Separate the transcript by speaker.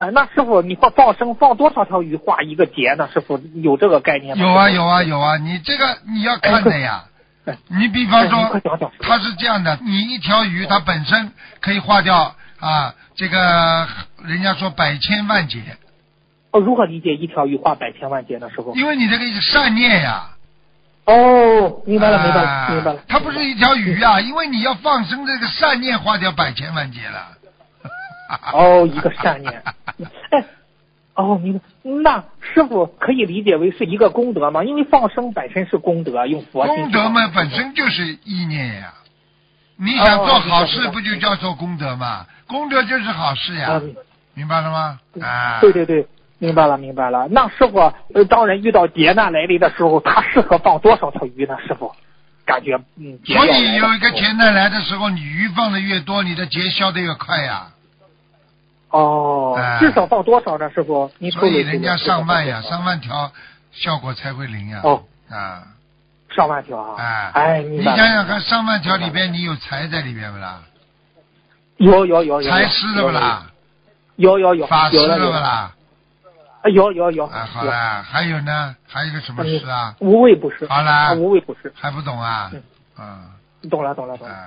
Speaker 1: 哎那师傅，你放放生放多少条鱼画一个结呢？师傅有这个概念吗？
Speaker 2: 有啊有啊有啊，你这个你要看的呀。
Speaker 1: 哎
Speaker 2: 你比方
Speaker 1: 哎你快
Speaker 2: 说
Speaker 1: 讲嗯讲，
Speaker 2: 它是这样的，你一条鱼它本身可以化掉啊，这个人家说百千万劫，
Speaker 1: 哦，如何理解一条鱼画百千万结呢？师傅？
Speaker 2: 因为你这个善念呀、
Speaker 1: 哦，明白了，明白
Speaker 2: 啊
Speaker 1: 了，明白了。嗯
Speaker 2: 它不是一条鱼啊，因为你要放生这个善念，花掉百千万劫了。
Speaker 1: 哦，一个善 念。哎，哦，明白。那师傅可以理解为是一个功德吗？因为放生本身是功德，用佛心
Speaker 2: 功
Speaker 1: 去
Speaker 2: 德
Speaker 1: 放
Speaker 2: 嘛，
Speaker 1: 生
Speaker 2: 本身就是意念呀、你想做好事，
Speaker 1: 哦
Speaker 2: 不就叫做功德嘛？功德就是好事呀、
Speaker 1: 啊，明
Speaker 2: 明白了吗？啊，
Speaker 1: 嗯对对对，明白了明白了。那师傅，呃，当人遇到劫难来临的时候，他适合放多少条鱼呢？师傅，感觉嗯，劫
Speaker 2: 所
Speaker 1: 要来
Speaker 2: 以
Speaker 1: 的
Speaker 2: 有一个
Speaker 1: 时候
Speaker 2: 劫难来的时候，你鱼放的越多，你的劫消的越快呀、
Speaker 1: 哦
Speaker 2: 哎，
Speaker 1: 至少放多少呢？师傅，您
Speaker 2: 所以人
Speaker 1: 家
Speaker 2: 家上万呀，上万条效果才会灵呀、
Speaker 1: 哦
Speaker 2: 啊，
Speaker 1: 上万条啊！
Speaker 2: 哎
Speaker 1: 哎，明
Speaker 2: 你
Speaker 1: 白
Speaker 2: 想
Speaker 1: 了
Speaker 2: 想看，上万条里边你有财在里边不啦？
Speaker 1: 有有有有有
Speaker 2: 财师了不啦？
Speaker 1: 有有有
Speaker 2: 法师
Speaker 1: 有的
Speaker 2: 了不
Speaker 1: 有的
Speaker 2: 啦？
Speaker 1: 哎有有有
Speaker 2: 啊，好
Speaker 1: 有嗯
Speaker 2: 啦，还有呢，还有一个什么事啊？
Speaker 1: 无畏不是，
Speaker 2: 好啦
Speaker 1: 啊，无畏不是，
Speaker 2: 还不懂啊
Speaker 1: 嗯？
Speaker 2: 啊
Speaker 1: 懂了懂了懂了。
Speaker 2: 啊！